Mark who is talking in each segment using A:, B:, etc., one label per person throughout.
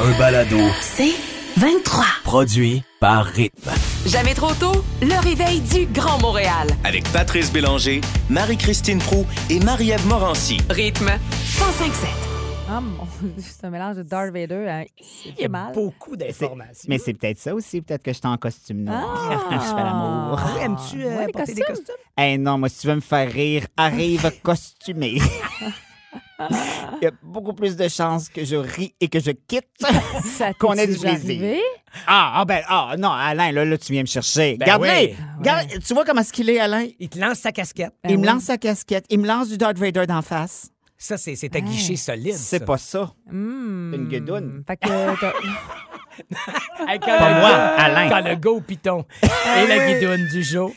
A: Un balado
B: C'est 23.
A: produit par Rythme.
B: Jamais trop tôt, le réveil du Grand Montréal.
C: avec Patrice Bélanger, Marie-Christine Prou et Marie-Ève Morancy.
B: Rythme 105.7.
D: Ah mon Dieu, c'est un mélange de Darth Vader à un Il est mal.
E: beaucoup d'informations.
F: Mais c'est peut-être ça aussi. Peut-être que je suis en costume noir.
D: Ah!
F: je fais l'amour.
D: Ah,
E: Aimes-tu
D: ouais,
E: euh,
D: les
E: porter des costumes?
F: Eh non, moi, si tu veux me faire rire, arrive costumé. Il y a beaucoup plus de chances que je ris et que je quitte
D: Ça t'est
F: qu'on ait du
D: déjà
F: plaisir.
D: arrivé?
F: Ah, ah, ben, ah, non, Alain, là, là, tu viens me chercher.
D: Ben
F: Regarde-le.
E: oui.
F: Regarde, tu vois comment est-ce qu'il est, Alain?
E: Il te lance sa casquette.
D: Ben
F: il me
D: oui.
F: lance sa casquette, il me lance du Darth Vader d'en face.
E: Ça, c'est c'est un guichet solide.
F: C'est
E: ça.
F: pas ça.
D: Hmm.
F: Une guédoune.
D: Fait que t'as-
E: Hey,
D: Euh,
E: quand
F: Pas
E: le
F: moi,
E: gars-
F: Alain.
E: Quand le go piton et la guidoune du jour.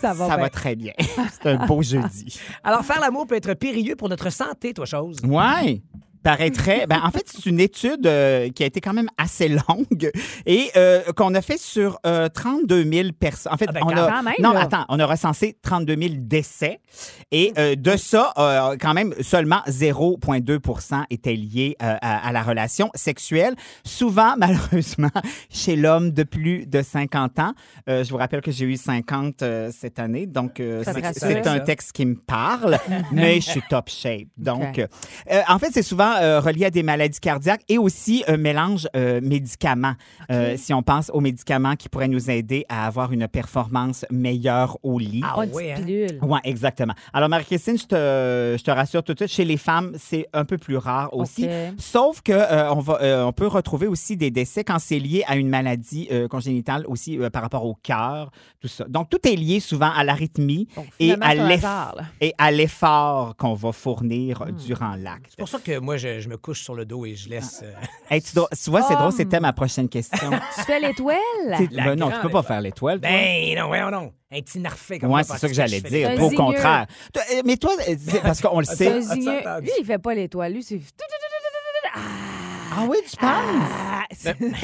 D: ça va
F: ça
D: bien.
F: va très bien. C'est un beau jeudi.
E: Alors, faire l'amour peut être périlleux pour notre santé, toi, chose.
F: Ouais. Paraîtrait. Ben, en fait, c'est une étude euh, qui a été quand même assez longue et euh, qu'on a fait sur euh, 32 000 personnes. En fait,
E: Ah ben,
F: on
E: quand
F: a.
D: même,
F: non,
D: là.
F: mais attends, on a recensé 32 000 décès et euh, de ça, euh, quand même, seulement 0,2 était lié euh, à, à la relation sexuelle. Souvent, malheureusement, chez l'homme de plus de 50 ans. Euh, je vous rappelle que j'ai eu 50 euh, cette année, donc euh,
D: Ça te
F: c'est-
D: rassure,
F: c'est un
E: ça?
F: texte qui me parle, mais je suis top shape. Donc,
D: Ok.
F: euh, euh, en fait, c'est souvent euh, relié à des maladies cardiaques et aussi un mélange euh, médicaments. Euh, si on pense aux médicaments qui pourraient nous aider à avoir une performance meilleure au lit.
E: Ah
D: Pas de
E: ouais, hein?
D: pilule.
F: Oui, exactement. Alors, Marie-Christine, je te, je te rassure tout de suite, chez les femmes, c'est un peu plus rare aussi.
D: Ok.
F: Sauf que euh, on, va, euh, on peut retrouver aussi des décès quand c'est lié à une maladie euh, congénitale aussi euh, par rapport au cœur, tout ça. Donc, tout est lié souvent à l'arythmie
D: Donc,
F: et
D: finalement,
F: à
D: c'est un
F: l'eff-
D: hasard, là.
F: et à l'effort qu'on va fournir euh, durant l'acte.
E: C'est pour ça que moi, je, je me couche sur le dos et je laisse. euh,
F: Hey, tu, dois- tu vois, c'est
D: Oh,
F: drôle, c'était ma prochaine question.
D: Tu fais l'étoile?
F: T'es-
E: La
F: ben non, tu
E: grande
F: peux pas
E: étoile.
F: faire l'étoile. toi.
E: Ben non, ouais, non. Un petit narfait comme
F: Ouais,
E: ça,
F: c'est ça que
E: parce
F: j'allais
E: je fais
F: dire.
D: des-
F: Au
D: Un
F: contraire. Toi, euh, Mais toi, euh, c'est- parce qu'on le
D: C'est un
F: sait.
D: zigneux.
E: entendu.
D: Lui, il fait pas l'étoile. Lui, c'est.
F: Ah oui, tu penses?
D: Ah,
E: Ben,
D: c'est-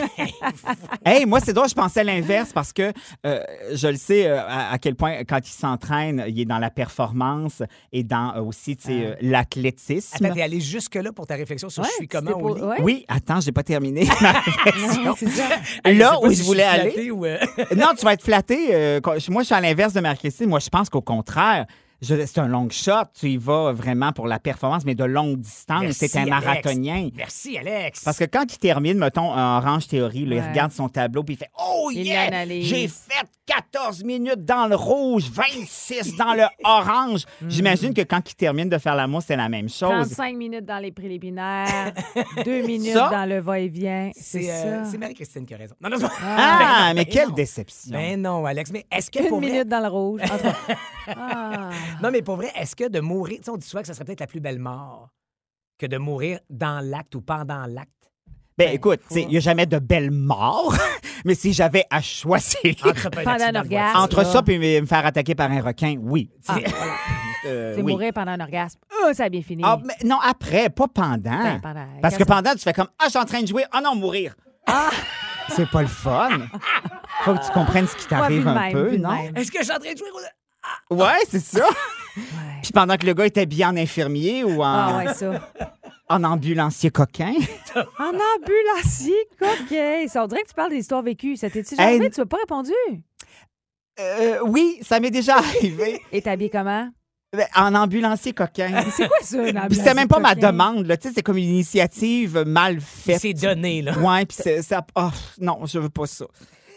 F: Hey, moi, c'est drôle, je pensais à l'inverse parce que euh, je le sais euh, à, à quel point, quand il s'entraîne, il est dans la performance et dans euh, aussi tu sais, euh, l'athlétisme.
E: Ah. Attends, t'es allé jusque-là pour ta réflexion sur
D: Ouais,
E: je suis
D: tu
E: comment
D: t'es
E: au
D: pas-
E: lit.
D: ouais.
F: Oui, attends, j'ai pas terminé. ma
D: Ouais,
F: réflexion.
D: c'est ça.
E: Hey, sais
F: Là
E: pas si
F: où je
E: suis
F: voulais aller,
E: flatté ou, euh,
F: non, tu vas être flatté. euh, quand- moi, je suis à l'inverse de Marie-Christine. Moi, je pense qu'au contraire, je- c'est un long shot. Tu y vas vraiment pour la performance, mais de longue distance.
E: Merci,
F: C'est un
E: Alex.
F: marathonien.
E: Merci, Alex.
F: Parce que quand il termine, mettons, en Orange Théorie, là,
D: Ouais.
F: il regarde son tableau puis il fait Oh
D: Il
F: yeah!
D: l'analyse.
F: J'ai fait 14 minutes dans le rouge, 26 dans le orange.
D: Mm.
F: J'imagine que quand il termine de faire l'amour, c'est la même chose.
D: 35 minutes dans les préliminaires, 2 minutes
F: Ça?
D: dans le va-et-vient. C'est
E: c'est euh,
D: ça.
E: c'est Marie-Christine qui a raison. Non, non, c'est pas-
F: Ah, mais
E: ben
F: quelle
E: non.
F: déception!
E: Ben non, Alex. Mais est-ce que
D: Une
E: pour vrai-
D: minute dans le rouge. En tout cas. Ah.
E: Non, mais pour vrai, est-ce que de mourir, tu sais, on dit souvent que ça serait peut-être la plus belle mort que de mourir dans l'acte ou pendant l'acte.
F: Ben, écoute, tu sais, il n'y a jamais de belle mort, mais si j'avais à choisir
E: Entre un
D: Pendant
E: accident de
D: un orgasme.
E: voiture.
F: entre
D: là.
F: ça et me faire attaquer par un requin, oui.
D: Ah,
F: Euh,
D: C'est
F: oui.
D: mourir pendant un orgasme. Ah, ça a bien fini.
F: Ah, mais non, après, pas pendant.
D: Ben, pendant,
F: Parce que
D: quand ça- Ah!
F: pendant, tu fais comme Ah, je suis en train de jouer. Ah non, mourir. C'est pas le fun. Faut que tu comprennes ce qui
D: Pas vu
F: t'arrive
D: de
F: un
D: même,
F: peu,
D: vu de
F: non?
D: même.
E: Est-ce que je suis en train de jouer? gros-
F: Ouais, c'est ça. Puis pendant que le gars est habillé en infirmier ou en,
D: Ah ouais, ça.
F: en ambulancier coquin.
D: En ambulancier, coquet. Ça, On dirait que tu parles des histoires vécues. Ça t'est-tu
F: Hey,
D: jamais? Tu m'as pas répondu.
F: Euh, oui, ça m'est déjà arrivé.
D: Et t'es habillé comment?
F: Ben, En ambulancier coquin.
D: C'est quoi ça, une
F: Puis c'était même pas ma
D: ambulancier coquin?
F: demande, là. Tu sais, c'est comme une initiative mal faite.
E: C'est donné, là.
F: Ouais, puis c'est- ça. oh, non, je veux pas ça.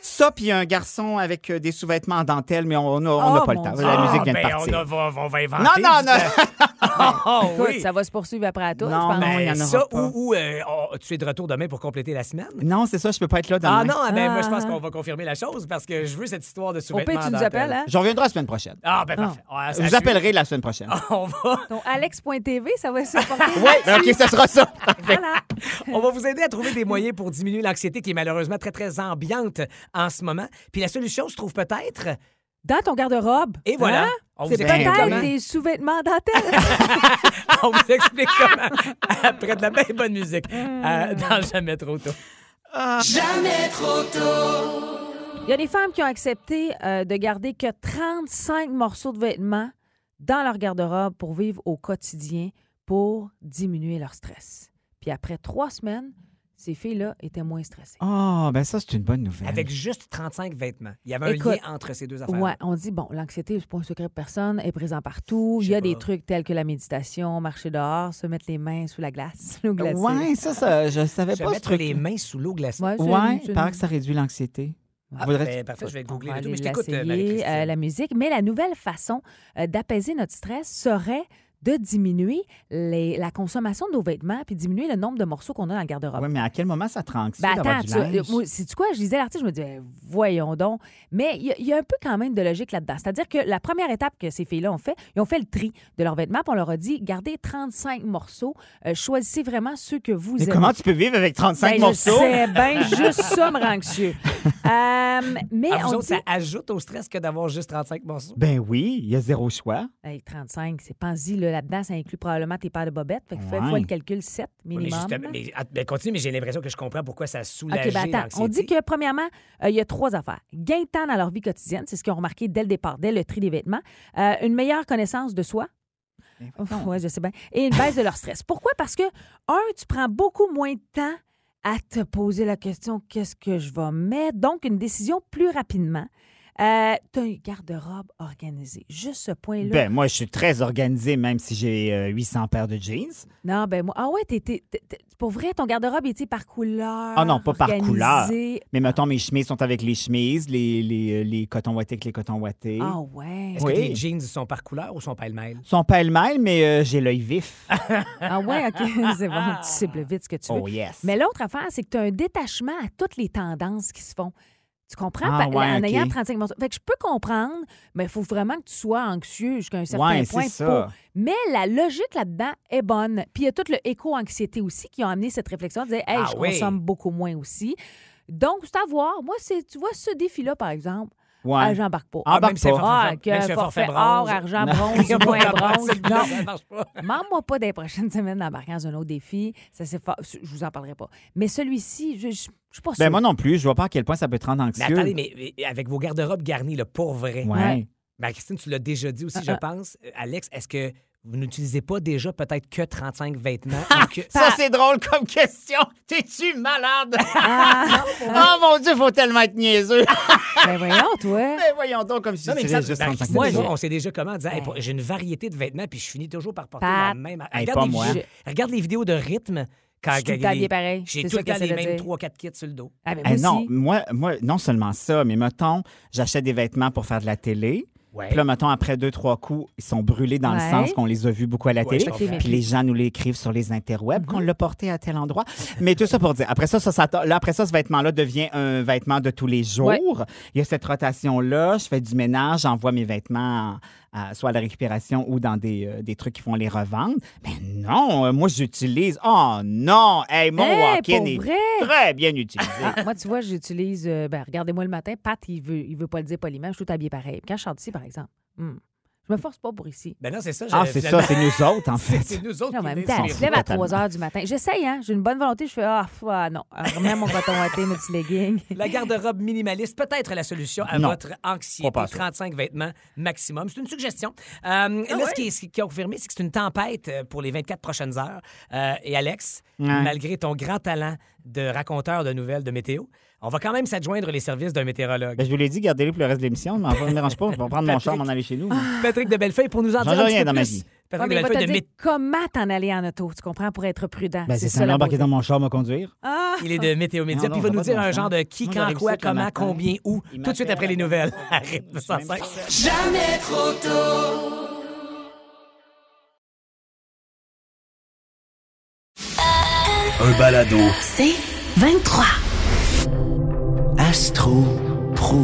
F: Ça, puis un garçon avec euh, des sous-vêtements en dentelle, mais on n'a
D: Oh,
F: pas le
D: mon
F: temps.
D: Dieu.
F: La
E: Ah,
F: musique vient de
E: ben,
F: partir.
E: On, a- va, on va inventer.
F: Non, non,
E: du-
F: non.
E: Oh,
D: Écoute,
E: oui.
D: Ça va se poursuivre après à tout.
F: Ah Non,
D: je pense.
F: ben, il y en
E: Ben,
F: aura
E: ça
F: pas.
E: ou, ou, euh, oh, tu es de retour demain pour compléter la semaine?
F: Non, c'est ça, je peux pas être là demain.
E: Ah non, ah, ben, moi, je pense
D: Ah.
E: qu'on va confirmer la chose parce que je veux cette histoire de
D: Au
E: sous-vêtements.
D: pire, tu
E: en
D: nous
E: dentelle.
D: appelles, hein?
F: Je reviendrai la semaine prochaine.
E: Ah, ben parfait. Ouais, ça Ah.
F: Vous
E: suit.
F: appellerez la semaine prochaine.
E: On va,
D: Donc, alex.tv, ça va supporter.
F: Oui,
E: Ah,
F: OK, ça sera ça.
D: Voilà.
E: on va vous aider à trouver des moyens pour diminuer l'anxiété qui est malheureusement très, très ambiante en ce moment. Puis la solution se trouve peut-être...
D: Dans ton garde-robe.
E: Et voilà.
D: Hein?
E: On vous
D: C'est
E: explique
D: peut-être
E: comment.
D: des sous-vêtements dentelles.
E: On vous explique comment après de la même bonne musique
D: Hmm.
E: euh, dans Jamais trop tôt.
D: Il y a des femmes qui ont accepté euh, de garder que 35 morceaux de vêtements dans leur garde-robe pour vivre au quotidien pour diminuer leur stress. Puis après trois semaines, ces filles-là étaient moins stressées.
F: Ah, ben ça, c'est une bonne nouvelle.
E: Avec juste 35 vêtements. Il y avait
D: Hmm. Écoute,
E: un lien entre ces deux affaires.
D: Ouais, on dit, bon, l'anxiété, c'est pas un secret de personne, est présent partout. Il y a
E: sais
D: des
E: pas.
D: trucs tels que la méditation, marcher dehors, se mettre les mains sous la glace, le glacier.
F: Ouais, ça, ça, je savais
E: Se
F: pas ce
E: mettre
F: truc.
E: les mains sous l'eau glacée.
D: Ouais, c'est-
F: Ouais,
D: c'est-
F: il paraît que ça réduit l'anxiété.
E: Ah,
F: Faudrait-
E: ben, parfait, je vais
D: On
E: googler
D: va
E: le tout,
D: aller
E: mais je t'écoute,
D: l'essayer,
E: euh, Marie-Christine.
D: euh, la musique. Mais la nouvelle façon euh, d'apaiser notre stress serait de diminuer les- la consommation de nos vêtements puis diminuer le nombre de morceaux qu'on a dans le garde-robe.
F: Oui, mais à quel moment ça te rend anxieux
D: Ben
F: d'avoir
D: attends,
F: du
D: tu,
F: linge?
D: euh, moi, sais-tu quoi? Je lisais l'article, je me disais, voyons donc. Mais il y, a- il y a un peu quand même de logique là-dedans. C'est-à-dire que la première étape que ces filles-là ont fait, ils ont fait le tri de leurs vêtements, puis on leur a dit, gardez 35 morceaux, euh, choisissez vraiment ceux que vous
F: Mais
D: aimez.
F: comment tu peux vivre avec 35
D: Ben,
F: morceaux?
D: Je sais bien, juste ça me rend anxieux. Euh, mais
E: À Ah, vous
D: on
E: autres,
D: dit...
E: ça ajoute au stress que d'avoir juste 35 morceaux.
F: Ben oui, il y a zéro choix.
D: Hey, 35, c'est pense-y, là, là-dedans, ça inclut probablement tes paires de bobettes. Fait que fais
F: Ouais.
D: fois le calcul 7
E: Oui, mais,
D: minimum.
E: justement- mais- att- ben, continue, mais j'ai l'impression que je comprends pourquoi ça soulage
D: OK, ben attends. On dit que, premièrement, euh, il y a trois affaires. Gain de temps dans leur vie quotidienne, c'est ce qu'ils ont remarqué dès le départ, dès le tri des vêtements. Euh, une meilleure connaissance de soi. Ouf, ouais, je sais bien. Et une baisse de leur stress. Pourquoi? Parce que, un, tu prends beaucoup moins de temps à te poser la question qu'est-ce que je vais mettre? Donc, une décision plus rapidement. Euh, tu as un garde-robe organisé. Juste ce point-là.
F: Ben moi, je suis très organisée, même si j'ai euh, 800 paires de jeans.
D: Non, ben moi. Ah ouais, t'es, t'es- t'es- t'es- pour vrai, ton garde-robe était par couleur.
F: Ah non, pas par couleur.
D: organisé.
F: Mais mettons, mes chemises sont avec les chemises, les, les, euh, les cotons ouatés avec les cotons ouatés.
D: Ah ouais.
E: Est-ce
F: Oui.
E: que les jeans sont par couleur ou sont pêle-mêle?
F: Ils sont pêle-mêle, mais euh, j'ai l'œil vif.
D: Ah ouais, OK. c'est bon. Tu cibles vite ce que tu veux.
F: oh yes.
D: Mais l'autre affaire, c'est que tu as un détachement à toutes les tendances qui se font. Tu comprends?
F: Ah
D: Pa-
F: ouais,
D: en
F: OK.
D: ayant 35 morceaux. Fait que je peux comprendre, mais il faut vraiment que tu sois anxieux jusqu'à un certain
F: Ouais,
D: point.
F: c'est
D: pour-
F: ça.
D: Mais la logique là-dedans est bonne. Puis il y a tout le éco-anxiété aussi qui a amené cette réflexion de dire Hey,
E: Ah
D: je
E: oui.
D: consomme beaucoup moins aussi. Donc, c'est à voir. Moi, c'est, tu vois, ce défi-là, par exemple,
F: Ouais.
D: ah, j'embarque pas.
F: Ah, Embarque
E: même si c'est un
F: pas.
E: forfait-
D: Ah, que
E: même si c'est un
D: forfait,
E: forfait
D: or,
E: bronze.
D: argent,
F: Non.
D: bronze, Ah, moins bronze. Non.
E: Ça marche pas.
D: Mande-moi pas des prochaines semaines d'embarquer dans un autre défi. Ça, c'est fa- Je vous en parlerai pas. Mais celui-ci, je ne suis pas sûre.
F: Ben moi non plus, je vois pas à quel point ça peut te rendre
E: Mais
F: anxieux.
E: attendez, mais mais avec vos garde-robes garnis, là, pour vrai.
F: Ouais.
E: Marie-Christine, tu l'as déjà dit aussi,
D: Ah,
E: je pense. Euh, Alex, est-ce que vous n'utilisez pas déjà peut-être que 35 vêtements?
D: Ah,
E: et que-
F: Ça, c'est drôle comme question. T'es-tu malade? oh mon Dieu, faut tellement être niaiseux.
D: Ah! Ben voyons, toi.
F: Mais voyons donc comme si
E: Non, mais
F: tu
E: il me
F: dirais
E: semble-
F: juste
E: Marie-Christine,
F: 35
E: moi,
F: minutes.
E: on s'est déjà comment en disant, Hey, pour- j'ai une variété de vêtements, puis je finis toujours par porter la
D: Pat.
E: même.
F: Hey,
E: regarde,
F: pas
E: les
F: moi.
E: vidéos- regarde les vidéos de rythme. Quand,
D: Je suis tout
E: quand
D: le temps
E: les-
D: habillée pareil.
E: Ah, J'ai
D: C'est
E: tout
D: ça
E: le temps
D: qu'elle
E: les
D: veut
E: mêmes
D: dire.
E: 3-4 kits sur le dos.
D: Ah, ben,
F: Eh
D: moi
F: non,
D: aussi.
F: moi, moi, non seulement ça, mais mettons, j'achète des vêtements pour faire de la télé.
E: Ouais.
F: Puis là, mettons, après deux, trois coups, ils sont brûlés dans
D: Ouais.
F: le sens qu'on les a vus beaucoup à la
E: Ouais,
F: télé.
E: je comprends.
F: Puis les gens nous l'écrivent sur les interwebs qu'on l'a porté à tel endroit. Mais tout ça pour dire, après ça, ça, s'atta- là, après ça ce vêtement-là devient un vêtement de tous les jours.
D: Ouais.
F: Il y a cette rotation-là, je fais du ménage, j'envoie mes vêtements à- à- soit à la récupération ou dans des, euh, des trucs qui vont les revendre. Mais non, euh, moi, j'utilise. Oh non! Hey, mon
D: Hey,
F: walk-in
D: Eh, pour vrai?
F: est très bien utilisé.
D: Ah, moi, tu vois, j'utilise. euh, ben, regardez-moi le matin. Pat, il veut, il veut pas le dire poliment. Je suis tout habillée pareil. Quand je chante ici, par exemple, hmm, je me force pas pour ici.
E: Ben non, c'est ça.
F: Ah,
E: je-
F: c'est ça,
E: finalement,
F: c'est nous autres, en fait.
E: C'est nous autres
D: Non, mais en
E: qui
D: même temps,
E: les
D: je
F: fous
D: me lève à
F: totalement.
D: 3 heures du matin. J'essaye, hein. J'ai une bonne volonté. Je fais, ah, pff, ah, non. Je remets mon coton à thé, mes petits leggings.
E: La garde-robe minimaliste, peut-être la solution à
F: Non.
E: votre anxiété.
F: Pas pas ça.
E: 35 vêtements maximum. C'est une suggestion. Euh,
D: Ah
E: là, ce qui, est, ce qui est confirmé, c'est que c'est une tempête euh, pour les 24 prochaines heures. Euh, et Alex, malgré ton grand talent de raconteur de nouvelles de météo, on va quand même s'adjoindre les services d'un météorologue.
F: Ben, je vous l'ai dit, gardez-les pour le reste de l'émission. Ne me dérange pas, je vais prendre mon char,
E: Patrick.
F: m'en aller chez nous.
E: Patrick de Bellefeuille pour nous en
F: J'en
E: dire un
F: ai
E: petit
F: rien
E: peu
F: dans ma
E: plus.
F: vie.
D: Ouais,
E: Patrick
D: mais
E: de
D: il va te
E: Bellefeuille de
D: dire
E: mét-
D: comment t'en aller en auto, tu comprends, pour être prudent.
F: Ben, c'est
D: ça,
F: ça,
D: la
F: l'embarquer
D: beauté.
F: dans mon char, me conduire.
D: Ah!
E: Il est de Météo Média.
F: Non,
E: Puis il
F: non,
E: va
F: ça
E: nous
F: va
E: dire
F: dans
E: un
F: le
E: genre
F: sens.
E: de qui,
F: Moi,
E: quand,
F: j'arrive
E: quoi,
F: ici le
E: comment,
F: matin.
E: combien, où,
F: Il
E: tout de suite
F: m'appelle
E: après les
F: à la
E: nouvelles.
F: porte.
E: Arrête,
F: Je sais
E: 105.
F: même pas.
A: Un balado.
B: C'est 23.
C: Astro Pro.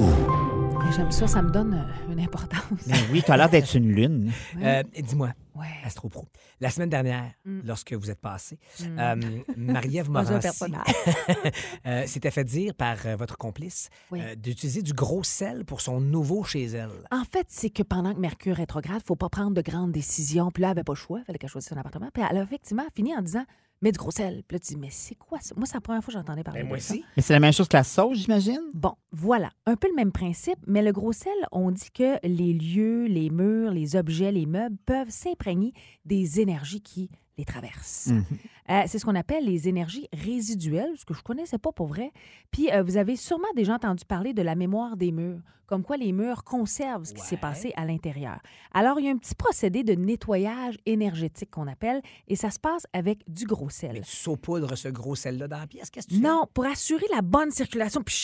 D: J'aime ça, ça me donne euh, une importance.
F: Ben oui, t'as l'air d'être une lune.
E: Euh, Dis-moi,
D: Ouais.
E: Astro Pro, la semaine dernière, lorsque vous êtes passé, euh, Marie-Ève
D: Mm. Dans un
E: Morancy
D: personnage.
E: euh, s'était fait dire par euh, votre complice
D: Oui.
E: euh, d'utiliser du gros sel pour son nouveau chez elle.
D: En fait, c'est que pendant que Mercure rétrograde, faut pas prendre de grandes décisions. Puis là, elle avait pas le choix, il fallait qu'elle choisisse son appartement. Puis elle a effectivement fini en disant Mets du gros sel. Puis là, tu dis Mais c'est quoi ça Moi, c'est la première fois que j'entendais parler.
F: Ben,
E: Ben,
D: de ça.
F: Mais c'est la même chose que la sauce, j'imagine?
D: Bon, voilà, un peu le même principe, mais le gros sel, on dit que les lieux, les murs, les objets, les meubles peuvent s'imprégner des énergies qui les traversent. Euh, c'est ce qu'on appelle les énergies résiduelles, ce que je ne connaissais pas pour vrai. Puis euh, vous avez sûrement déjà entendu parler de la mémoire des murs, comme quoi les murs conservent ce qui s'est
E: Ouais.
D: passé à l'intérieur. Alors, il y a un petit procédé de nettoyage énergétique qu'on appelle, et ça se passe avec du gros
E: Mais
D: sel.
E: tu saupoudres ce gros sel-là dans la pièce. Qu'est-ce que tu fais?
D: Non, pour assurer la bonne circulation, puis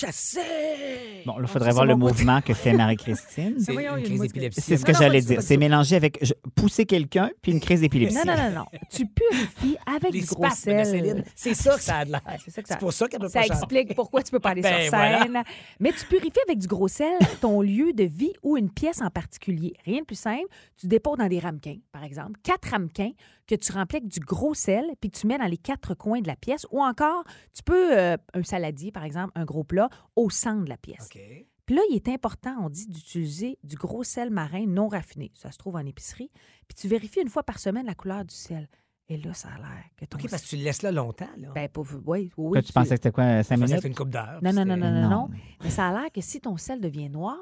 D: chasser! Ah,
F: Ah, Bon, là, il faudrait voir le mouvement que fait Marie-Christine.
E: C'est
D: Voyons,
E: une
D: il y a
E: crise
D: une
E: d'épilepsie.
F: C'est ce
D: Non,
F: que
D: non, pas
F: j'allais
D: du tout,
F: dire.
D: pas du
F: C'est
D: tout.
F: mélangé avec je- pousser quelqu'un puis une crise d'épilepsie.
D: Non, non, non, non. Tu purifies avec
E: Les
D: du gros
E: spasmes de
D: sel.
E: Céline. C'est ça que ça a de l'air.
D: Ouais, c'est ça que ça-
E: C'est pour ça qu'elle peut
D: Ça
E: pas chanter.
D: explique pourquoi tu peux pas aller
E: Ben,
D: sur scène. Mais tu purifies avec du gros sel ton lieu de vie ou une pièce en particulier. Rien de plus simple. Tu déposes dans des ramequins, par exemple, quatre ramequins que tu remplis avec du gros sel puis que tu mets dans les quatre coins de la pièce. Ou encore, tu peux, euh, un saladier, par exemple, un gros plat, au centre de la pièce.
E: OK.
D: Puis là, il est important, on dit, d'utiliser du gros sel marin non raffiné. Ça se trouve en épicerie. Puis tu vérifies une fois par semaine la couleur du sel. Et là, ça a l'air que ton
E: OK, parce que tu le laisses là longtemps. Là.
D: ben, pour... oui, oui,
F: Toi,
D: oui,
F: tu pensais que c'était
E: Je
F: quoi, 5
E: pensais que
F: minutes?
E: c'était une coupe d'heure.
D: Non, non, non, non, non,
F: Non.
D: non. Mais ça a l'air que si ton sel devient noir,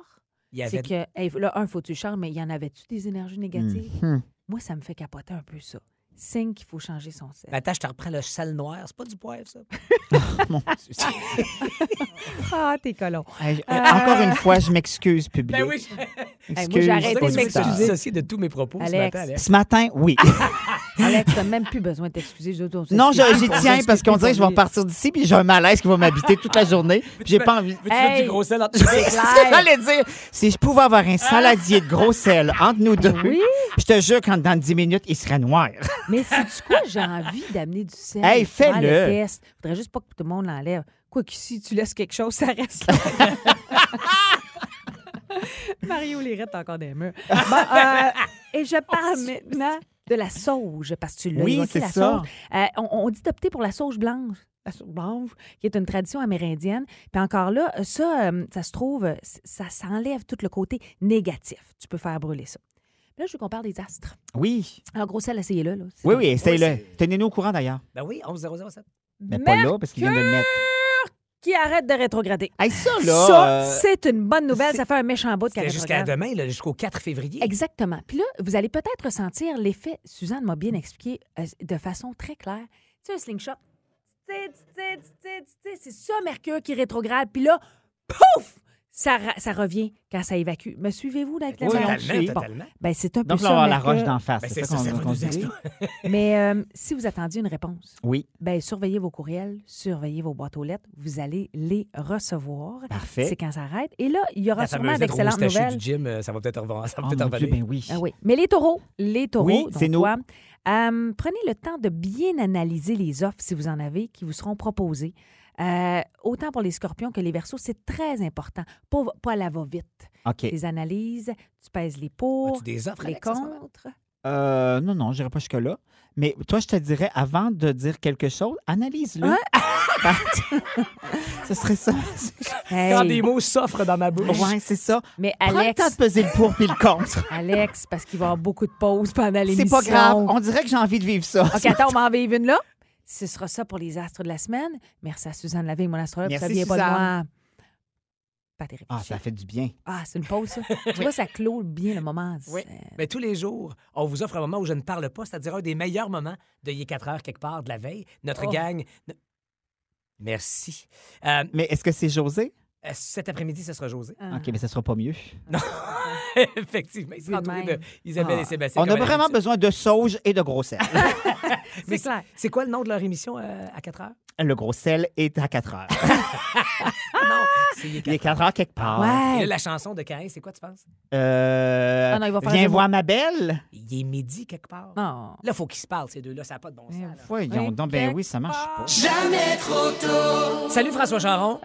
E: Il y avait
D: c'est que, hey, là, un, faut que tu le changes, mais il y en avait-tu des
F: Hmm.
D: énergies négatives? Moi, ça me fait capoter un peu ça. Signe qu'il faut changer son sel.
E: Ben, attends, je te reprends le sel noir. C'est pas du poivre, ça.
D: Ah, t'es colon.
F: Hey, euh, Encore une fois, je m'excuse, public.
E: Ben
D: moi, j'ai arrêté de
E: Je
F: auditeurs.
E: m'excuse
D: m'excuser.
E: dissocié de tous mes propos ce
D: Alex.
E: matin, Alex.
F: Ce matin, oui.
D: Alex, t'as même plus besoin de t'excuser. je- on
F: non, je-
D: s'excuse.
F: j'y
D: On
F: tiens parce
D: s'excuse
F: qu'on dirait que je vais
D: pour lui.
F: repartir d'ici puis j'ai un malaise qui va m'habiter toute la journée. puis J'ai pas envie.
E: Veux-tu mettre
D: Hey.
E: du gros sel entre
F: C'est ce que j'allais dire. Si je pouvais avoir un saladier de gros sel entre nous deux,
D: Oui.
F: je te jure qu'en dans 10 minutes, il serait noir.
D: Mais c'est quoi, j'ai envie d'amener du sel.
F: Hey,
D: faire le
F: fais-le.
D: test. Faudrait juste pas que tout le monde l'enlève. Quoi que si tu laisses quelque chose, ça reste là. Mario Lirette a encore des murs. Bon, euh, et je parle maintenant de la sauge, parce que tu l'as
F: Oui,
D: évoqué,
F: c'est
D: la
F: ça.
D: sauge. Euh, on, on dit d'opter pour la sauge blanche. La sauge blanche, qui est une tradition amérindienne. Puis encore là, ça, euh, ça se trouve, euh, c- ça s'enlève tout le côté négatif. Tu peux faire brûler ça. Là, je veux qu'on parle des astres.
F: Oui.
D: Alors, gros sel, essayez-le. Là.
F: Oui, oui, essayez-le.
E: c'est-
F: Tenez-nous au courant d'ailleurs.
E: Ben oui, 11 007.
F: Mais pas là, parce qu'il vient de le mettre.
D: qui arrête de rétrograder.
F: Hey, ça, là.
D: ça,
F: euh,
D: c'est une bonne nouvelle.
F: c'est-
D: Ça fait un méchant bout de qu'elle
E: C'était jusqu'à
D: rétrograde.
E: demain, là, jusqu'au 4 février.
D: Exactement. Puis là, vous allez peut-être ressentir l'effet, Suzanne m'a bien expliqué euh, de façon très claire. Tu sais, un slingshot, Tu sais, tu sais, tu sais, tu sais, c'est ça Mercure qui rétrograde. Puis là, pouf! Ça, ra- ça revient quand ça évacue. Me suivez-vous avec la
F: Oui,
D: mélange?
F: on le
E: Totalement,
F: sait.
E: totalement.
D: Ben, c'est un peu
F: Donc, là,
D: ça.
F: on va avoir la
D: Mercure.
F: roche d'en face.
E: Ben,
F: c'est
E: c'est ça,
F: ça qu'on
E: ça va
F: qu'on
E: nous
F: dit.
E: exploser.
D: Mais euh, si vous attendiez une réponse,
F: Oui,
D: ben, surveillez vos courriels, surveillez vos boîtes aux lettres. Vous allez les recevoir.
F: parfait.
D: C'est quand ça arrête. Et là, il y aura
E: La
D: sûrement
E: fameuse lettre rouge
D: d'excellentes
E: tachée
D: nouvelles.
E: du gym, euh, ça va peut-être revenir. Ça va
F: Oh,
E: peut-être
F: mon Dieu,
E: revenir.
F: ben oui.
D: Ah oui. Mais les taureaux, les taureaux,
F: Oui,
D: donc
F: c'est nous.
D: toi, euh, prenez le temps de bien analyser les offres, si vous en avez, qui vous seront proposées. Euh, autant pour les scorpions que les versos, c'est très important. Pas, pas à la va-vite.
F: OK.
D: Les analyses, tu pèses les
E: As-tu
D: pour,
E: des offres,
D: ben, les
E: Alex, en ce moment?
D: contre.
F: Euh, non, non, je n'irai pas jusque-là. Mais toi, je te dirais, avant de dire quelque chose, analyse-le. Ce serait ça.
D: Hey,
E: Quand des mots s'offrent dans ma bouche.
F: Ouais, c'est ça.
D: mais
F: Prends le
D: Alex,
F: temps de peser le pour puis le contre.
D: Alex, parce qu'il va y avoir beaucoup de pauses pendant l'émission.
F: C'est pas grave. On dirait que j'ai envie de vivre ça.
D: OK, attends, on m'en vive une là. Ce sera ça pour les astres de la semaine. Merci à Suzanne Laville, mon astrologue.
F: Merci,
D: ça vient pas de
F: Suzanne.
D: moi. Pas terrible.
F: Ah, ça fait du bien.
D: Ah, c'est une pause, ça. tu vois, ça clôt bien le moment.
E: Oui.
D: C'est-
E: Mais tous les jours, on vous offre un moment où je ne parle pas, c'est-à-dire un des meilleurs moments de Yé 4 heures quelque part de la veille. Notre
D: Oh.
E: gang. no- Merci. Euh,
F: Mais est-ce que c'est José?
E: euh, cet après-midi, ce sera José.
D: Ah.
F: OK, mais ça sera pas mieux.
E: Effectivement, il sera
D: Lui-même.
E: entouré de Isabelle
F: Ah.
E: et Sébastien.
F: On a
E: comme à
F: vraiment
E: l'habitude.
F: besoin de sauge et de gros sel.
D: C'est clair.
E: C'est quoi le nom de leur émission euh, à 4 heures?
F: le gros sel est à 4 heures.
E: Non, c'est Yé
F: Il est
E: 4
F: 4 heures quelque part.
E: heures. Et
D: Ouais.
E: Ah! là, la chanson de Caïn, c'est quoi, tu penses?
F: Euh,
D: Ah non, il va faire des
F: viens
D: mots.
F: voir ma belle.
E: Il est midi quelque part. Là,
D: Non.
E: il faut qu'ils se parlent, ces deux-là. Ça n'a pas de bon sens. là.
F: Voyons donc, ben oui, ça marche pas.
E: Salut François Charon.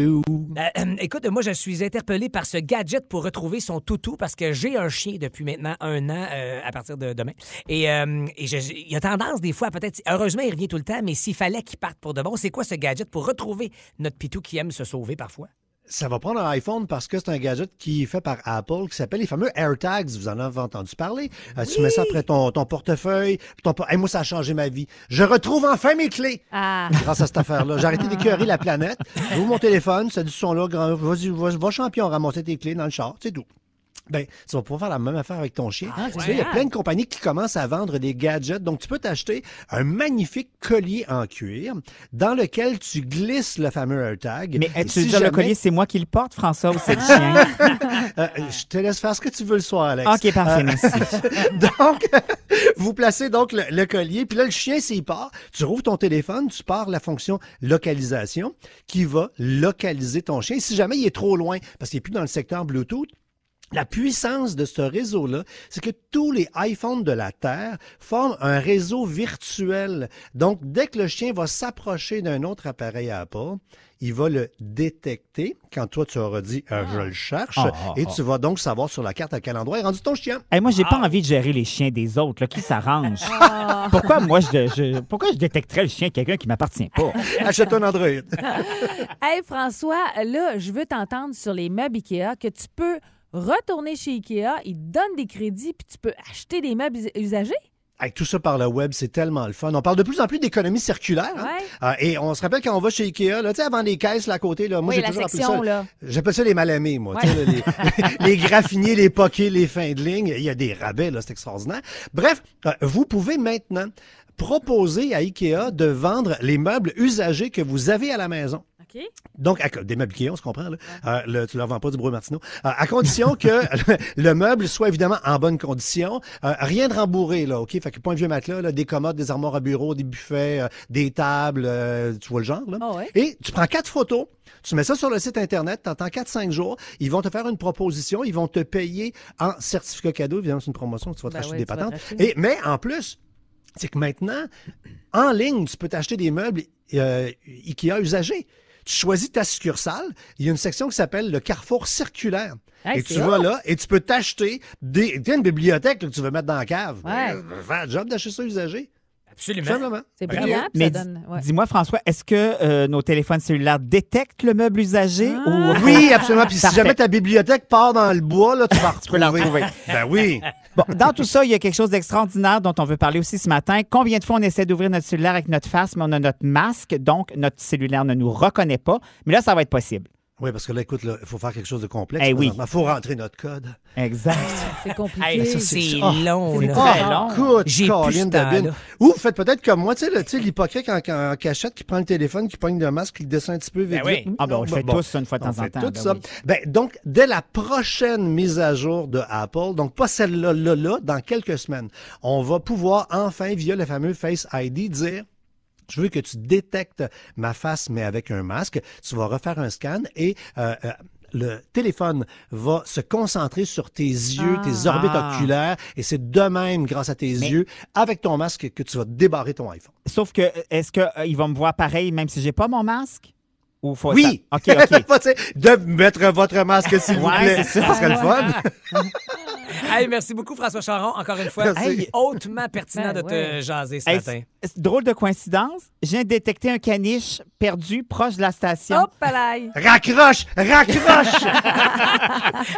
E: Euh, euh, écoute, moi, je suis interpellé par ce gadget pour retrouver son toutou parce que j'ai un chien depuis maintenant un an euh, à partir de demain. Et, euh, et je- je- il y a tendance des fois, peut-être, heureusement, il revient tout le temps, mais s'il fallait qu'il parte pour de bon, c'est quoi ce gadget pour retrouver notre pitou qui aime se sauver parfois?
G: Ça va prendre un iPhone parce que c'est un gadget qui est fait par Apple qui s'appelle les fameux AirTags. Vous en avez entendu parler. Euh, Tu mets ça après ton, ton portefeuille. Ton... por- Hey, moi, ça a changé ma vie. Je retrouve enfin mes clés
D: Ah,
G: grâce à cette affaire-là. J'ai arrêté d'écœurer la planète. J'ouvre mon téléphone, ça dit son là, grand... vas-y, vas- va, champion ramasser tes clés dans le char. C'est tout. Ben, tu vas pouvoir faire la même affaire avec ton chien. Tu sais, il y a plein de compagnies qui commencent à vendre des gadgets. Donc, tu peux t'acheter un magnifique collier en cuir dans lequel tu glisses le fameux AirTag.
F: Mais
G: Et
F: tu
G: si
F: veux dire, le
G: jamais-
F: collier, c'est moi qui le porte, François, ou c'est le chien?
G: Euh, je te laisse faire ce que tu veux le soir, Alex.
F: OK, parfait, merci.
G: donc, vous placez donc le, le collier, puis là, le chien, s'il part, tu rouvres ton téléphone, tu pars la fonction localisation qui va localiser ton chien. Si jamais il est trop loin, parce qu'il n'est plus dans le secteur Bluetooth, la puissance de ce réseau-là, c'est que tous les iPhones de la Terre forment un réseau virtuel. Donc, dès que le chien va s'approcher d'un autre appareil à Apple, il va le détecter quand toi, tu auras dit euh, je le cherche
F: Ah, ah,
G: et
F: ah.
G: tu vas donc savoir sur la carte à quel endroit est rendu ton chien.
F: Hey, moi, j'ai pas envie de gérer les chiens des autres, là, qui s'arrangent. Pourquoi moi, je, je- pourquoi je détecterais le chien de quelqu'un qui m'appartient pas?
G: Achète un Android.
D: Hey François, là, je veux t'entendre sur les meubles IKEA que tu peux retourner chez IKEA, ils te donnent des crédits puis tu peux acheter des meubles us- usagés.
G: Hey, tout ça par le web, c'est tellement le fun. On parle de plus en plus d'économie circulaire. hein.
D: Ouais.
G: Ah, et on se rappelle quand on va chez Ikea, là, tu sais, avant les caisses, là, à côté, là, moi,
D: Oui,
G: j'ai
D: la
G: toujours appelé
D: section,
G: ça-
D: là.
G: J'appelle ça les mal aimés, moi. tu sais, là, les, les graffiniers, les poquets, les fins de ligne. Il y a des rabais, là, c'est extraordinaire. Bref, euh, vous pouvez maintenant proposer à Ikea de vendre les meubles usagés que vous avez à la maison.
D: OK.
G: Donc, à co- des meubles Ikea, on se comprend, là. Euh, le- tu leur vends pas du bruit Martineau. Euh, à condition que le meuble soit évidemment en bonne condition. Euh, rien de rembourré, là, OK? Fait que pas un vieux matelas, là, des commodes, des armoires à bureau, des buffets, euh, des tables, euh, tu vois le genre, là.
D: Ah ouais.
G: Et tu prends quatre photos, tu mets ça sur le site Internet, t'entends 4-5 jours, ils vont te faire une proposition, ils vont te payer en certificat cadeau. Évidemment, c'est une promotion, tu vas te
D: Ben
G: racheter
D: oui,
G: des
D: tu vas
G: patentes.
D: te racheter.
G: Et, mais en plus, c'est que maintenant, en ligne, tu peux t'acheter des meubles euh, IKEA usagés. Tu choisis ta succursale, il y a une section qui s'appelle le carrefour circulaire.
D: Hey,
G: et tu
D: c'est
G: vas là et tu peux t'acheter des. Tu une bibliothèque là, que tu veux mettre dans la cave.
D: Ouais.
G: Euh, Fais le job d'acheter ça usagé. Tout
E: Absolument.
G: simplement.
D: C'est
E: Bravo.
D: brillant, puis
F: Mais
D: ça
F: di-
D: donne ouais.
F: dis-moi, François, est-ce que euh, nos téléphones cellulaires détectent le meuble usagé? ou...
G: Oui, absolument. Puis si
F: Parfait.
G: jamais ta bibliothèque part dans le bois, là, tu vas
F: peux la retrouver.
G: Ben oui.
F: Bon, dans tout ça, il y a quelque chose d'extraordinaire dont on veut parler aussi ce matin. Combien de fois on essaie d'ouvrir notre cellulaire avec notre face, mais on a notre masque, donc notre cellulaire ne nous reconnaît pas. Mais là, ça va être possible.
G: Oui, parce que là, écoute, il faut faire quelque chose de complexe.
F: Eh oui.
G: Il faut rentrer notre code.
F: Exact.
D: C'est compliqué.
E: Hey, ça,
G: c'est-
E: c'est
G: oh,
E: long,
F: c'est
E: là.
F: très
G: Ah,
F: long.
G: écoute,
E: J'ai plus
G: Colin
E: ce temps-là.
G: Dabine. Ou vous faites peut-être comme moi, tu sais, le- tu sais, l'hypocrite en, en cachette qui prend le téléphone, qui pogne le masque, qui le descend un petit peu vite.
E: Ben oui.
G: vite.
F: Ah, ben, on le fait tous, ça, une fois de
G: On
F: temps en
G: fait
F: temps,
G: tout
F: ben
G: ça.
F: oui.
G: Ben, donc, dès la prochaine mise à jour de Apple, donc pas celle-là, là, là, dans quelques semaines, on va pouvoir enfin, via le fameux Face ID, dire je veux que tu détectes ma face, mais avec un masque. Tu vas refaire un scan et euh, euh, le téléphone va se concentrer sur tes yeux, tes orbites
F: Ah.
G: oculaires. Et c'est de même, grâce à tes yeux, avec ton masque, que tu vas débarrer ton iPhone.
F: Sauf que, est-ce qu'il va me voir pareil même si j'ai pas mon masque? Ou faut
G: Oui!
F: ça- OK, OK.
G: Pas, tu sais, de mettre votre masque, s'il vous
F: Ouais,
G: plaît.
F: c'est ça.
G: serait le fun.
F: Ah.
E: Hey, merci beaucoup, François Charon. Encore une fois,
G: Merci.
E: Hey, hautement pertinent
D: Ben
E: de
D: ouais.
E: te jaser ce
F: Hey,
E: matin.
F: c'est- c'est drôle de coïncidence. Je viens de détecter un caniche perdu proche de la station.
D: Hop là.
G: Raccroche! Raccroche!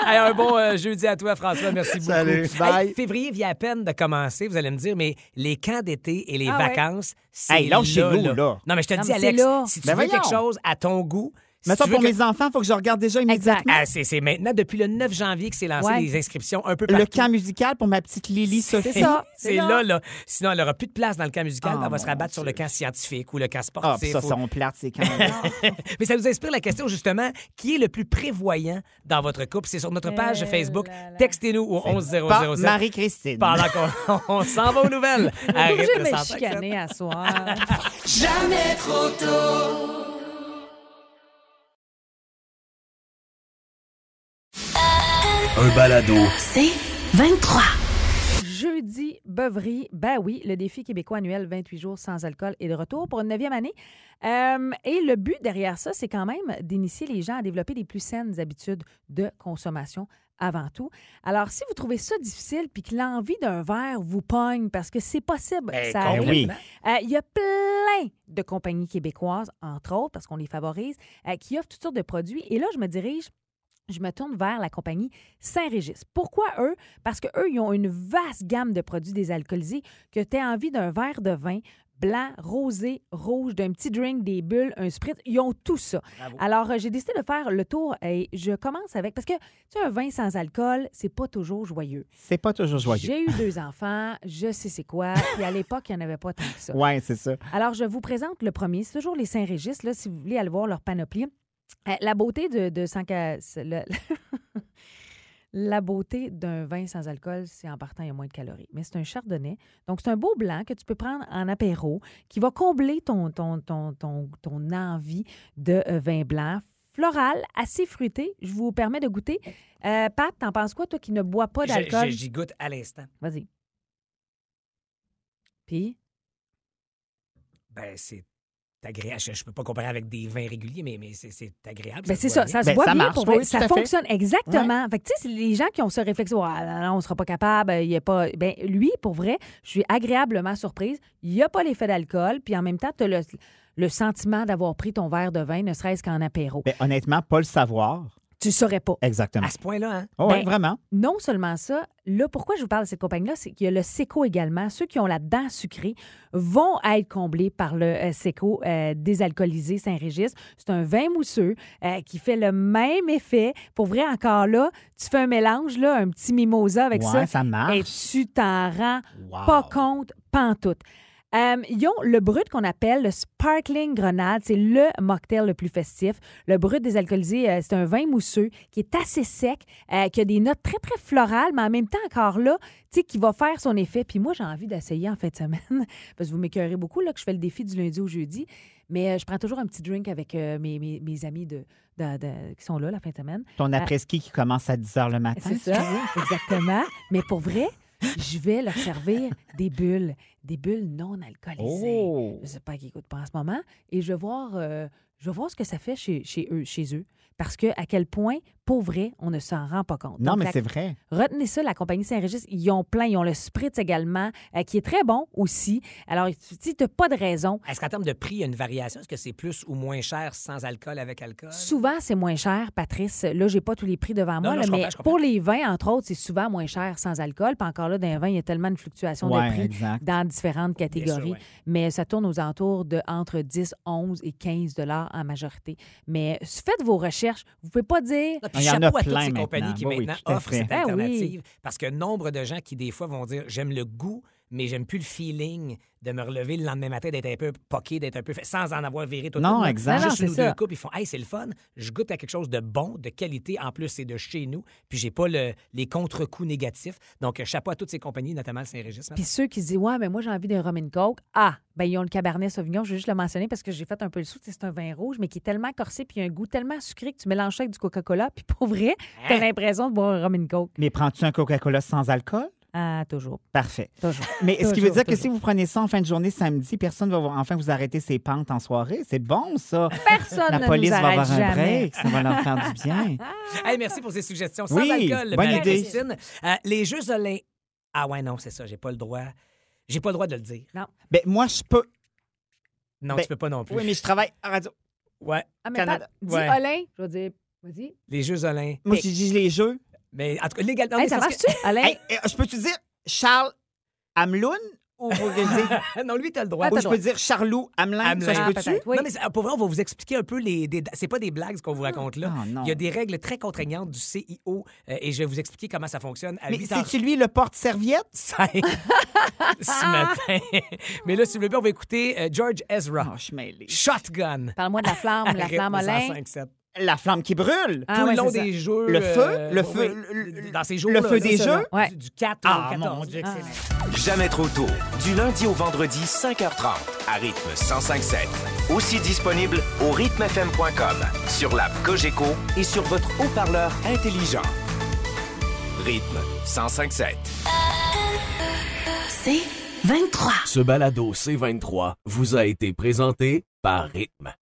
E: Hey, un bon euh, jeudi à toi, François. Merci beaucoup.
G: Salut. Bye.
E: Hey, février vient à peine de commencer, vous allez me dire, mais les camps d'été et les
D: Ah ouais.
E: vacances, c'est
F: Hey,
E: là,
F: lâche chez nous, là.
E: Non, mais je te
D: Non,
E: dis,
D: mais c'est
E: Alex,
D: là.
E: si tu
F: Ben
E: veux
F: voyons.
E: quelque chose à ton goût, si
F: Mais ça,
E: tu veux
F: pour
E: que-
F: mes enfants, il faut que je regarde déjà immédiatement.
E: Ah, c'est c'est maintenant, depuis le 9 janvier, que c'est lancé
D: Ouais.
E: les inscriptions un peu Ah, partout.
F: Le camp musical pour ma petite Lily Sophie.
D: C'est Oh, ça.
E: C'est là, là. Sinon, elle n'aura plus de place dans le camp musical.
F: Ah,
E: puis elle va se
F: mon
E: rabattre sur le camp scientifique ou le camp
F: Ah, puis
E: sportif.
F: ça,
E: ou-
F: ça, on plate, c'est quand
E: Mais ça nous inspire la question, justement, qui est le plus prévoyant dans votre couple? C'est sur notre page
D: Euh,
E: Facebook. Textez-nous au 11007.
F: Par Marie-Christine.
E: Pendant qu'on on s'en va aux nouvelles.
D: Je suis
E: Arrête
D: obligée
E: de
D: de me
E: s'en faire.
D: chicaner à soir.
A: Un balado.
B: C'est 23.
D: Jeudi, beuverie, ben oui, le défi québécois annuel 28 jours sans alcool est de retour pour une neuvième année. Euh, et le but derrière ça, c'est quand même d'initier les gens à développer des plus saines habitudes de consommation avant tout. Alors, si vous trouvez ça difficile puis que l'envie d'un verre vous pogne, parce que c'est possible,
E: Ben,
D: ça
F: Ben
D: arrive,
F: oui.
D: euh, Il y a plein de compagnies québécoises, entre autres, parce qu'on les favorise, euh, qui offrent toutes sortes de produits. Et là, je me dirige. Je me tourne vers la compagnie Saint-Régis. Pourquoi eux? Parce que eux, ils ont une vaste gamme de produits désalcoolisés que tu as envie d'un verre de vin, blanc, rosé, rouge, d'un petit drink, des bulles, un sprint. Ils ont tout ça. Alors, euh, j'ai décidé de faire le tour et je commence avec. Parce que, tu sais, un vin sans alcool, c'est pas toujours joyeux.
F: C'est pas toujours joyeux.
D: J'ai eu deux enfants, je sais c'est quoi. Puis à l'époque, il n'y en avait pas tant que ça.
F: Ouais, c'est ça.
D: Alors, je vous présente le premier. C'est toujours les Saint-Régis, là, si vous voulez aller voir leur panoplie. Euh, la beauté de, de sans ca- c'est le- La beauté d'un vin sans alcool, c'est en partant, il y a moins de calories. Mais c'est un chardonnay. Donc, c'est un beau blanc que tu peux prendre en apéro qui va combler ton, ton, ton, ton, ton envie de euh, vin blanc. Floral, assez fruité. Je vous permets de goûter. Euh, Pat, t'en penses quoi, toi qui ne bois pas
E: J'ai-
D: d'alcool?
E: j'ai- J'y goûte à l'instant.
D: Vas-y. Puis,
E: Ben, c'est agréable. Je, je peux pas comparer avec des vins réguliers, mais, mais c'est- c'est agréable.
D: ben
E: se
D: c'est ça,
E: boit bien.
D: ça se
F: Ben,
D: voit
F: ça
D: bien
F: marche,
D: pour
F: oui,
D: vrai.
F: tout
D: ça
F: à fait.
D: fonctionne exactement. Fait que tu sais, c'est les gens qui ont ce réflexe, oh, non, non, on sera pas capable, il y a pas. Ben lui, pour vrai, je suis agréablement surprise. Il n'y a pas l'effet d'alcool, puis en même temps, tu as le, le sentiment d'avoir pris ton verre de vin, ne serait-ce qu'en apéro.
F: Ben, honnêtement, pas le savoir.
D: tu saurais pas.
F: Exactement.
E: À ce point-là, hein?
F: Oh,
D: ben-
F: ouais, vraiment.
D: Non seulement ça, là, pourquoi je vous parle de cette compagnie-là, c'est qu'il y a le Seco également. Ceux qui ont la dent sucrée vont être comblés par le euh, Seco euh, désalcoolisé Saint-Régis. C'est un vin mousseux euh, qui fait le même effet. Pour vrai, encore là, tu fais un mélange, là, un petit mimosa avec
F: Ouais,
D: ça.
F: ça marche.
D: Et tu t'en rends
F: Wow.
D: pas compte, pantoute. Euh, ils ont le brut qu'on appelle le Sparkling Grenade. C'est le mocktail le plus festif. Le brut désalcoolisé, euh, c'est un vin mousseux qui est assez sec, euh, qui a des notes très, très florales, mais en même temps, encore là, tu sais, qui va faire son effet. Puis moi, j'ai envie d'essayer en fin de semaine, parce que vous m'écœurez beaucoup, là, que je fais le défi du lundi au jeudi. Mais euh, je prends toujours un petit drink avec euh, mes, mes- mes amis de, de- de- qui sont là la fin de semaine.
F: Ton après-ski qui commence à 10 h le matin.
D: ah. C'est ça, exactement. Mais pour vrai, je vais leur servir des bulles, des bulles non alcoolisées.
F: Oh!
D: Je sais pas qui écoute pas en ce moment. Et je vais voir, euh, je vais voir ce que ça fait chez, chez eux, chez eux. Parce que à quel point, pour vrai, on ne s'en rend pas compte.
F: Non,
D: Donc,
F: mais
D: la-
F: c'est vrai.
D: Retenez ça, la compagnie Saint-Régis, ils ont plein. Ils ont le Spritz également, euh, qui est très bon aussi. Alors, si tu n'as pas de raison,
E: Est-ce qu'en termes de prix, il y a une variation? Est-ce que c'est plus ou moins cher sans alcool, avec alcool?
D: Souvent, c'est moins cher, Patrice. Là, j'ai pas tous les prix devant moi,
E: non,
D: là,
E: je
D: mais
E: comprends, je comprends.
D: pour les vins, entre autres, c'est souvent moins cher sans alcool. Puis encore là, dans les vins, il y a tellement de fluctuations
F: Ouais,
D: de prix
F: exact.
D: dans différentes catégories.
E: ouais.
D: Mais ça tourne aux alentours de entre 10, 11 et 15 dollars en majorité. Mais faites vos recherches. Vous pouvez pas dire...
E: Ah, puis
F: Il y en a
E: chapeau à toutes
F: plein
E: ces compagnies
F: maintenant. Bah
E: qui
F: Oui, oui,
E: maintenant
F: tout à
E: offrent
F: fait.
E: cette
D: Ah oui.
E: alternative. Parce que nombre de gens qui, des fois, vont dire j'aime le goût, mais j'aime plus le feeling de me relever le lendemain matin, d'être un peu poqué, d'être un peu fait, sans en avoir viré tout
F: Non,
E: le temps.
F: exact.
D: Non, non,
E: Juste
D: c'est
E: nous
D: ça.
E: deux couples, ils font Hey, c'est le fun, je goûte à quelque chose de bon, de qualité. En plus, c'est de chez nous. Puis j'ai pas le- les contre-coups négatifs. Donc, euh, chapeau à toutes ces compagnies, notamment le Saint-Régis.
D: Puis ceux qui se disent, ouais, mais moi, j'ai envie d'un rum and coke. Ah, ben ils ont le cabernet sauvignon. Je vais juste le mentionner parce que j'ai fait un peu le sou. Tu sais, C'est un vin rouge, mais qui est tellement corsé, puis il y a un goût tellement sucré que tu mélanges ça avec du Coca-Cola. Puis pour vrai,
E: Hein?
D: tu as l'impression de boire un rum and coke.
F: Mais prends-tu un Coca-Cola sans alcool?
D: Ah, toujours.
F: Parfait.
D: Toujours.
F: Mais ce qui
D: Ah, Toujours,
F: veut dire que
D: toujours.
F: si vous prenez ça en fin de journée samedi, personne va vous- enfin vous arrêter ses pentes en soirée. C'est bon, ça.
D: Personne Ah, ne
F: La
D: nous
F: police va
D: arrête
F: avoir un
D: jamais.
F: break. Ça va leur faire du bien.
E: Hey, merci pour ces suggestions. Sans
F: Oui,
E: alcool,
F: bonne
E: Marie-Christine. Euh, les Jeux Olympiques. Ah ouais, non, c'est ça, j'ai pas le droit. J'ai pas le droit de le dire.
F: Ben, moi, je peux.
E: Non,
F: Ben,
E: tu peux pas non plus.
F: Oui, mais je travaille à radio.
E: Ouais.
D: Ah, mais
F: Canada.
D: Pat, dis
E: Ouais.
D: Olin. Je vais dire, vas-y.
E: Les Jeux Olympiques.
F: Moi, je dis les jeux.
E: Mais en tout cas, légal. non,
D: Hey,
E: mais
D: ça
E: c'est parce
D: marche-tu, Olin?
F: Hey, euh, je peux-tu dire Charles Hameloun ou faut que je dise-
E: que- non, lui, t'as le droit.
D: Ah,
F: ou
D: t'as
F: je
D: le Ah,
F: peux dire Charlou Hamelin? Ça,
E: Hamelin.
F: je peux-tu?
D: peut-être, oui.
E: Non, mais c'est- pour vrai, on va vous expliquer un peu les. des- c'est pas des blagues ce qu'on vous raconte là.
F: Ah, non.
E: Il y a des règles très contraignantes du CIO euh, et je vais vous expliquer comment ça fonctionne à
F: Mais
E: 8 heures
F: c'est-tu lui le porte-serviette?
E: ce matin. mais là, si vous voulez bien, on va écouter euh, George Ezra.
F: Oh, je suis mêlée.
E: Shotgun.
D: Parle-moi de la flamme, la flamme
E: Rythme
D: Olin.
E: 105.7.
F: La flamme qui brûle.
D: Ah,
E: tout
D: ouais,
E: le long
D: c'est ça.
E: des jeux.
F: Le feu,
E: euh,
F: le
E: oui,
F: feu,
E: oui,
F: le- le-
E: dans ces
F: le
E: jours-là,
F: feu
E: là,
F: des
E: ça,
F: jeux?
E: là,
D: Ouais.
E: Du, du 4
F: Ah,
E: au 14.
F: mon Dieu, que c'est laid.
C: Jamais trop tôt. Du lundi au vendredi, 5h30, à rythme 105.7. Aussi disponible au rythmefm.com, sur l'app Cogeco et sur votre haut-parleur intelligent. Rythme 105.7.
B: C'est 23.
A: Ce balado C23 vous a été présenté par Rythme.